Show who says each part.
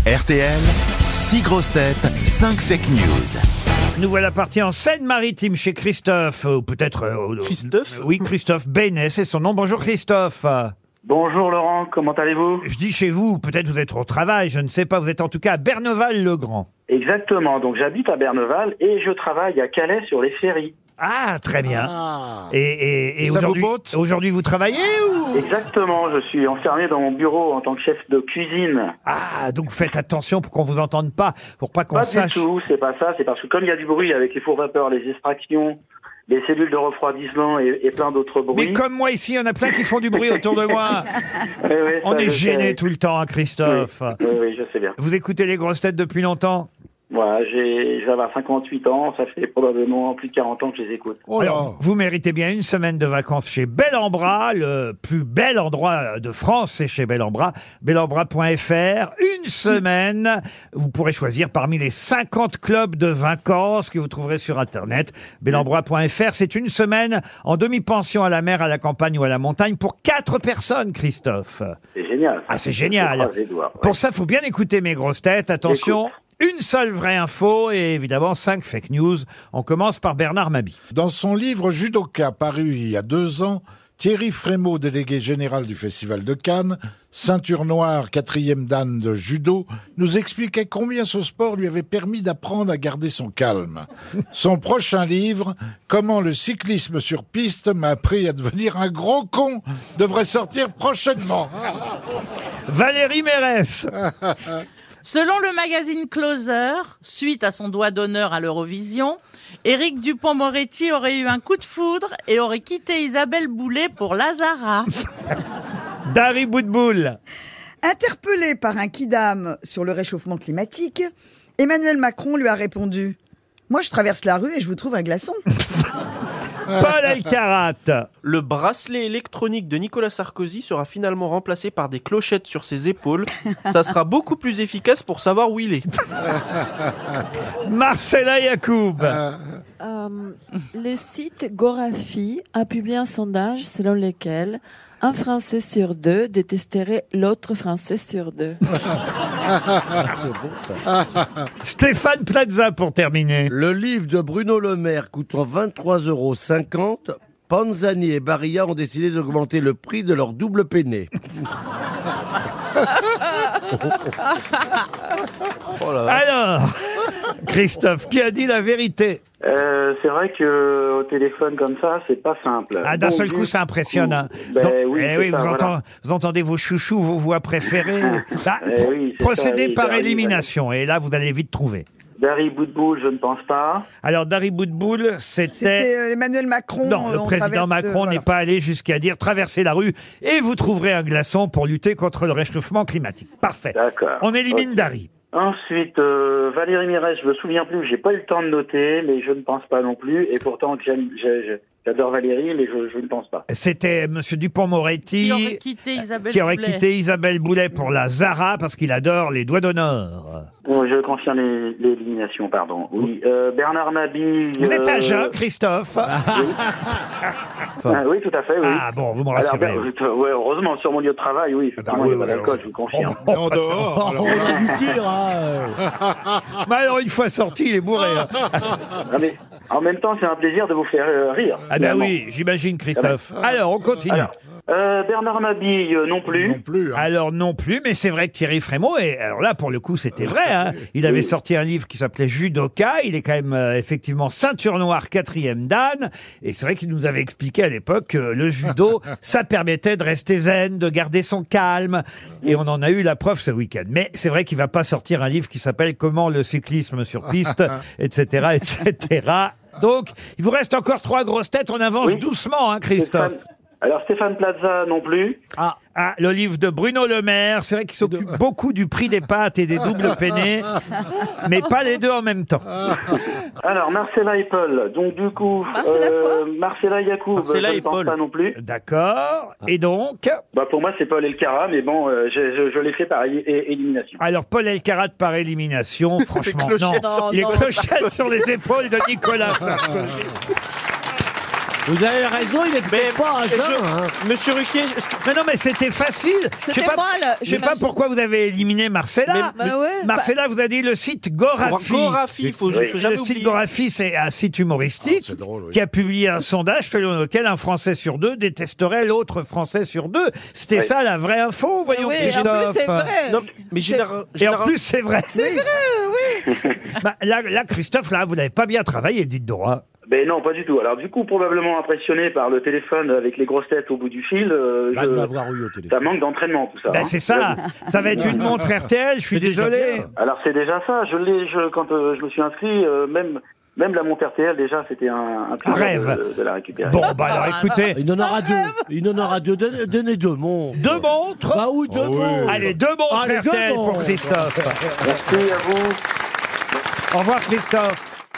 Speaker 1: RTL, 6 grosses têtes, 5 fake news.
Speaker 2: Nous voilà partis en Seine-Maritime chez Christophe, ou peut-être... euh, euh,
Speaker 3: Christophe
Speaker 2: Oui, Christophe Bénet, c'est son nom. Bonjour Christophe.
Speaker 4: Bonjour Laurent, comment allez-vous
Speaker 2: Je dis chez vous, peut-être vous êtes au travail, je ne sais pas, vous êtes en tout cas à Berneval-le-Grand.
Speaker 4: Exactement, donc j'habite à Berneval et je travaille à Calais sur les ferries.
Speaker 2: Ah, très bien.
Speaker 4: Ah.
Speaker 2: Et, et- et
Speaker 3: Ça vous
Speaker 2: aujourd'hui,
Speaker 3: botte
Speaker 2: aujourd'hui, vous travaillez ou
Speaker 4: Exactement, je suis enfermé dans mon bureau en tant que chef de cuisine.
Speaker 2: Ah, donc faites attention pour qu'on vous entende pas, pour pas qu'on
Speaker 4: Pas
Speaker 2: sache.
Speaker 4: du tout, c'est pas ça, c'est parce que comme il y a du bruit avec les fours vapeurs, les extractions, les cellules de refroidissement et, et plein d'autres bruits.
Speaker 2: Mais comme moi ici, il y en a plein qui font du bruit autour de moi.
Speaker 4: Oui, oui,
Speaker 2: On
Speaker 4: Eh ça,
Speaker 2: est
Speaker 4: je
Speaker 2: gêné
Speaker 4: sais.
Speaker 2: tout le temps, hein, Christophe.
Speaker 4: Oui, oui, je sais bien.
Speaker 2: Vous écoutez les grosses têtes depuis longtemps
Speaker 4: Voilà, j'ai, je vais avoir 58 ans, ça fait probablement plus de 40 ans que je les écoute.
Speaker 3: Oh là.
Speaker 2: Alors, vous méritez bien une semaine de vacances chez Bellambra, le plus bel endroit de France, c'est chez Bellambra. Bellambra.fr, une semaine. Vous pourrez choisir parmi les 50 clubs de vacances que vous trouverez sur Internet. Bellambra.fr, c'est une semaine en demi-pension à la mer, à la campagne ou à la montagne pour quatre personnes, Christophe.
Speaker 4: C'est génial.
Speaker 2: Ah, c'est génial.
Speaker 4: Je croise les doigts, ouais.
Speaker 2: Pour ça, faut bien écouter mes grosses têtes. Attention, une seule vraie info et évidemment cinq fake news. On commence par Bernard Mabi.
Speaker 3: Dans son livre Judoka, paru il y a deux ans, Thierry Frémaux, délégué général du Festival de Cannes, ceinture noire, quatrième dan de judo, nous expliquait combien ce sport lui avait permis d'apprendre à garder son calme. Son prochain livre, Comment le cyclisme sur piste m'a appris à devenir un gros con, devrait sortir prochainement.
Speaker 2: Valérie Mérès.
Speaker 5: Selon le magazine Closer, suite à son doigt d'honneur à l'Eurovision, Éric Dupont-Moretti aurait eu un coup de foudre et aurait quitté Isabelle Boulet pour Lazara.
Speaker 2: Dari Boudboul.
Speaker 6: Interpellé par un kidam sur le réchauffement climatique, Emmanuel Macron lui a répondu Moi, je traverse la rue et je vous trouve un glaçon.
Speaker 2: Paul Alcarat.
Speaker 7: Le bracelet électronique de Nicolas Sarkozy sera finalement remplacé par des clochettes sur ses épaules. Ça sera beaucoup plus efficace pour savoir où il est.
Speaker 2: Marcella Yacoub.
Speaker 8: Euh, le site Gorafi a publié un sondage selon lequel un Français sur deux détesterait l'autre Français sur deux.
Speaker 2: Stéphane Plaza pour terminer.
Speaker 9: Le livre de Bruno Le Maire coûtant 23,50 euros, Panzani et Barilla ont décidé d'augmenter le prix de leur double peiné.
Speaker 4: Euh.
Speaker 2: Alors, Christophe, qui a dit la vérité
Speaker 4: Euh, c'est vrai que au téléphone comme ça, c'est pas simple.
Speaker 2: ah, D'un
Speaker 4: Bon
Speaker 2: seul
Speaker 4: Dieu.
Speaker 2: coup, ça impressionne. hein.
Speaker 4: Ben
Speaker 2: Donc-
Speaker 4: oui,
Speaker 2: eh
Speaker 4: c'est
Speaker 2: oui,
Speaker 4: ça,
Speaker 2: vous,
Speaker 4: voilà.
Speaker 2: entend- vous entendez vos chouchous, vos voix préférées. Bah,
Speaker 4: Eh oui, c'est
Speaker 2: procédez
Speaker 4: ça, oui,
Speaker 2: par
Speaker 4: Dari,
Speaker 2: élimination, et là, vous allez vite trouver.
Speaker 4: Barry Boudboul, je ne pense pas.
Speaker 2: Alors, Dari Boudboul, c'était...
Speaker 6: C'était euh, Emmanuel Macron.
Speaker 2: Non,
Speaker 6: euh,
Speaker 2: le
Speaker 6: on
Speaker 2: président
Speaker 6: traverse,
Speaker 2: Macron
Speaker 6: euh,
Speaker 2: n'est pas allé jusqu'à dire traverser la rue et vous trouverez un glaçon pour lutter contre le réchauffement climatique. Parfait.
Speaker 4: D'accord.
Speaker 2: On élimine
Speaker 4: Ok.
Speaker 2: Dari.
Speaker 4: Ensuite, euh, Valérie Mérez, je me souviens plus, j'ai pas eu le temps de noter, mais je ne pense pas non plus. Et pourtant, j'aime- j'ai- j'ai- j'adore Valérie, mais je, je ne pense pas.
Speaker 2: C'était Monsieur
Speaker 5: Qui aurait
Speaker 2: Dupont-Moretti
Speaker 5: quitté Isabelle
Speaker 2: qui aurait
Speaker 5: Boulet.
Speaker 2: quitté Isabelle Boulet pour la Zara parce qu'il adore les doigts d'honneur.
Speaker 4: Bon, je confirme les- l'élimination, pardon. Oui, euh, Bernard Mabille.
Speaker 2: Vous êtes à
Speaker 4: euh,
Speaker 2: jeun, Christophe
Speaker 4: ah, Oui, tout à fait, oui.
Speaker 2: Ah bon, vous me
Speaker 4: Alors,
Speaker 2: rassurez.
Speaker 4: Ber- euh, ouais, heureusement, sur mon lieu de travail, oui, effectivement,
Speaker 2: Ah, oui,
Speaker 4: il y a pas
Speaker 2: oui,
Speaker 4: d'alcool,
Speaker 2: oui.
Speaker 4: je vous confirme.
Speaker 3: Mais en dehors, alors là, hein, euh,
Speaker 2: Mais alors, une fois sorti, il est bourré. hein.
Speaker 4: Ah, mais en même temps, c'est un plaisir de vous faire euh, rire.
Speaker 2: Ah ben
Speaker 4: finalement.
Speaker 2: oui, j'imagine, Christophe. Alors, on continue.
Speaker 4: Ah ben. Alors, euh, Bernard Mabille, euh, non plus.
Speaker 3: non plus. hein.
Speaker 2: Alors non plus, mais c'est vrai que Thierry Frémaux, et alors là pour le coup c'était vrai, hein, il avait sorti un livre qui s'appelait Judoka, il est quand même euh, effectivement ceinture noire quatrième dan, et c'est vrai qu'il nous avait expliqué à l'époque que le judo, ça permettait de rester zen, de garder son calme, et on en a eu la preuve ce week-end. Mais c'est vrai qu'il va pas sortir un livre qui s'appelle Comment le cyclisme sur piste, etc., etc. Donc, il vous reste encore trois grosses têtes, on avance
Speaker 4: Oui.
Speaker 2: doucement, hein, Christophe.
Speaker 4: Stéphane- Alors Stéphane Plaza non plus.
Speaker 2: Ah, le livre de Bruno Le Maire. C'est vrai qu'il s'occupe beaucoup du prix des pâtes et des doubles peinés, mais pas les deux en même temps.
Speaker 4: Alors Marcella et Paul. Donc du coup, euh,
Speaker 8: Marcella quoi
Speaker 4: Marcella Yacoub,
Speaker 7: Marcella
Speaker 4: je
Speaker 7: et
Speaker 4: ne pense
Speaker 7: Paul.
Speaker 4: pas non plus.
Speaker 2: D'accord. Et donc,
Speaker 4: Bah pour moi c'est Paul El Cara, mais bon, euh, je, je, je l'ai fait par é- é- élimination.
Speaker 2: alors Paul Elkarat par élimination, franchement, non.
Speaker 8: sur-
Speaker 2: Les
Speaker 8: Non, non,
Speaker 2: clochettes sur les épaules de Nicolas. Vous avez raison, il est
Speaker 7: Mais-
Speaker 9: pas un
Speaker 7: je-
Speaker 9: jeun, hein.
Speaker 7: Monsieur Ruquier, est-ce que-
Speaker 2: Mais non, mais c'était facile. Je sais
Speaker 8: C'était
Speaker 2: pas-
Speaker 8: molle,
Speaker 2: Je sais pas
Speaker 8: j'imagine.
Speaker 2: pourquoi vous avez éliminé Marcella.
Speaker 8: Mais- Bah ouais, bah-
Speaker 2: Marcella, vous avez dit le site Gorafi.
Speaker 7: Gorafi, il faut je- faut
Speaker 2: Le
Speaker 7: jamais
Speaker 2: site
Speaker 7: oublier.
Speaker 2: Gorafi, c'est un site humoristique
Speaker 3: c'est drôle, oui.
Speaker 2: qui a publié un sondage selon lequel un Français sur deux détesterait l'autre Français sur deux. C'était
Speaker 4: Oui.
Speaker 2: ça la vraie info, voyons
Speaker 8: Ah oui, bah, en plus, c'est
Speaker 2: Christophe.
Speaker 8: vrai.
Speaker 7: Non, mais général-
Speaker 2: Et en
Speaker 7: général-
Speaker 2: plus, c'est vrai.
Speaker 8: C'est vrai, oui.
Speaker 2: Bah, là, là, Christophe, là, vous n'avez pas bien travaillé, dites hein. droit.
Speaker 4: Ben non, pas du tout. Alors du coup, probablement impressionné par le téléphone avec les grosses têtes au bout du fil, euh,
Speaker 9: Va
Speaker 4: je-
Speaker 9: Bah, de m'avoir eu au téléphone.
Speaker 4: ça manque d'entraînement tout ça.
Speaker 2: Bah,
Speaker 4: hein.
Speaker 2: c'est ça. Ça va être une montre RTL, je suis
Speaker 9: C'est déjà
Speaker 2: désolé.
Speaker 9: bien.
Speaker 4: Alors c'est déjà ça. Je l'ai, je, quand euh, je me suis inscrit, euh, même même la montre RTL déjà, c'était un, un plaisir
Speaker 2: rêve.
Speaker 4: De, de la récupérer.
Speaker 2: Bon, bah alors écoutez,
Speaker 9: Il en aura deux. Il en aura deux. Donnez, donnez deux montres.
Speaker 2: deux montres.
Speaker 9: Bah oui, deux
Speaker 3: Oh oui.
Speaker 9: montres.
Speaker 2: Allez, deux montres
Speaker 9: Allez, deux
Speaker 2: RTL pour
Speaker 9: montres.
Speaker 2: Christophe.
Speaker 4: Merci à vous.
Speaker 2: Au revoir Christophe.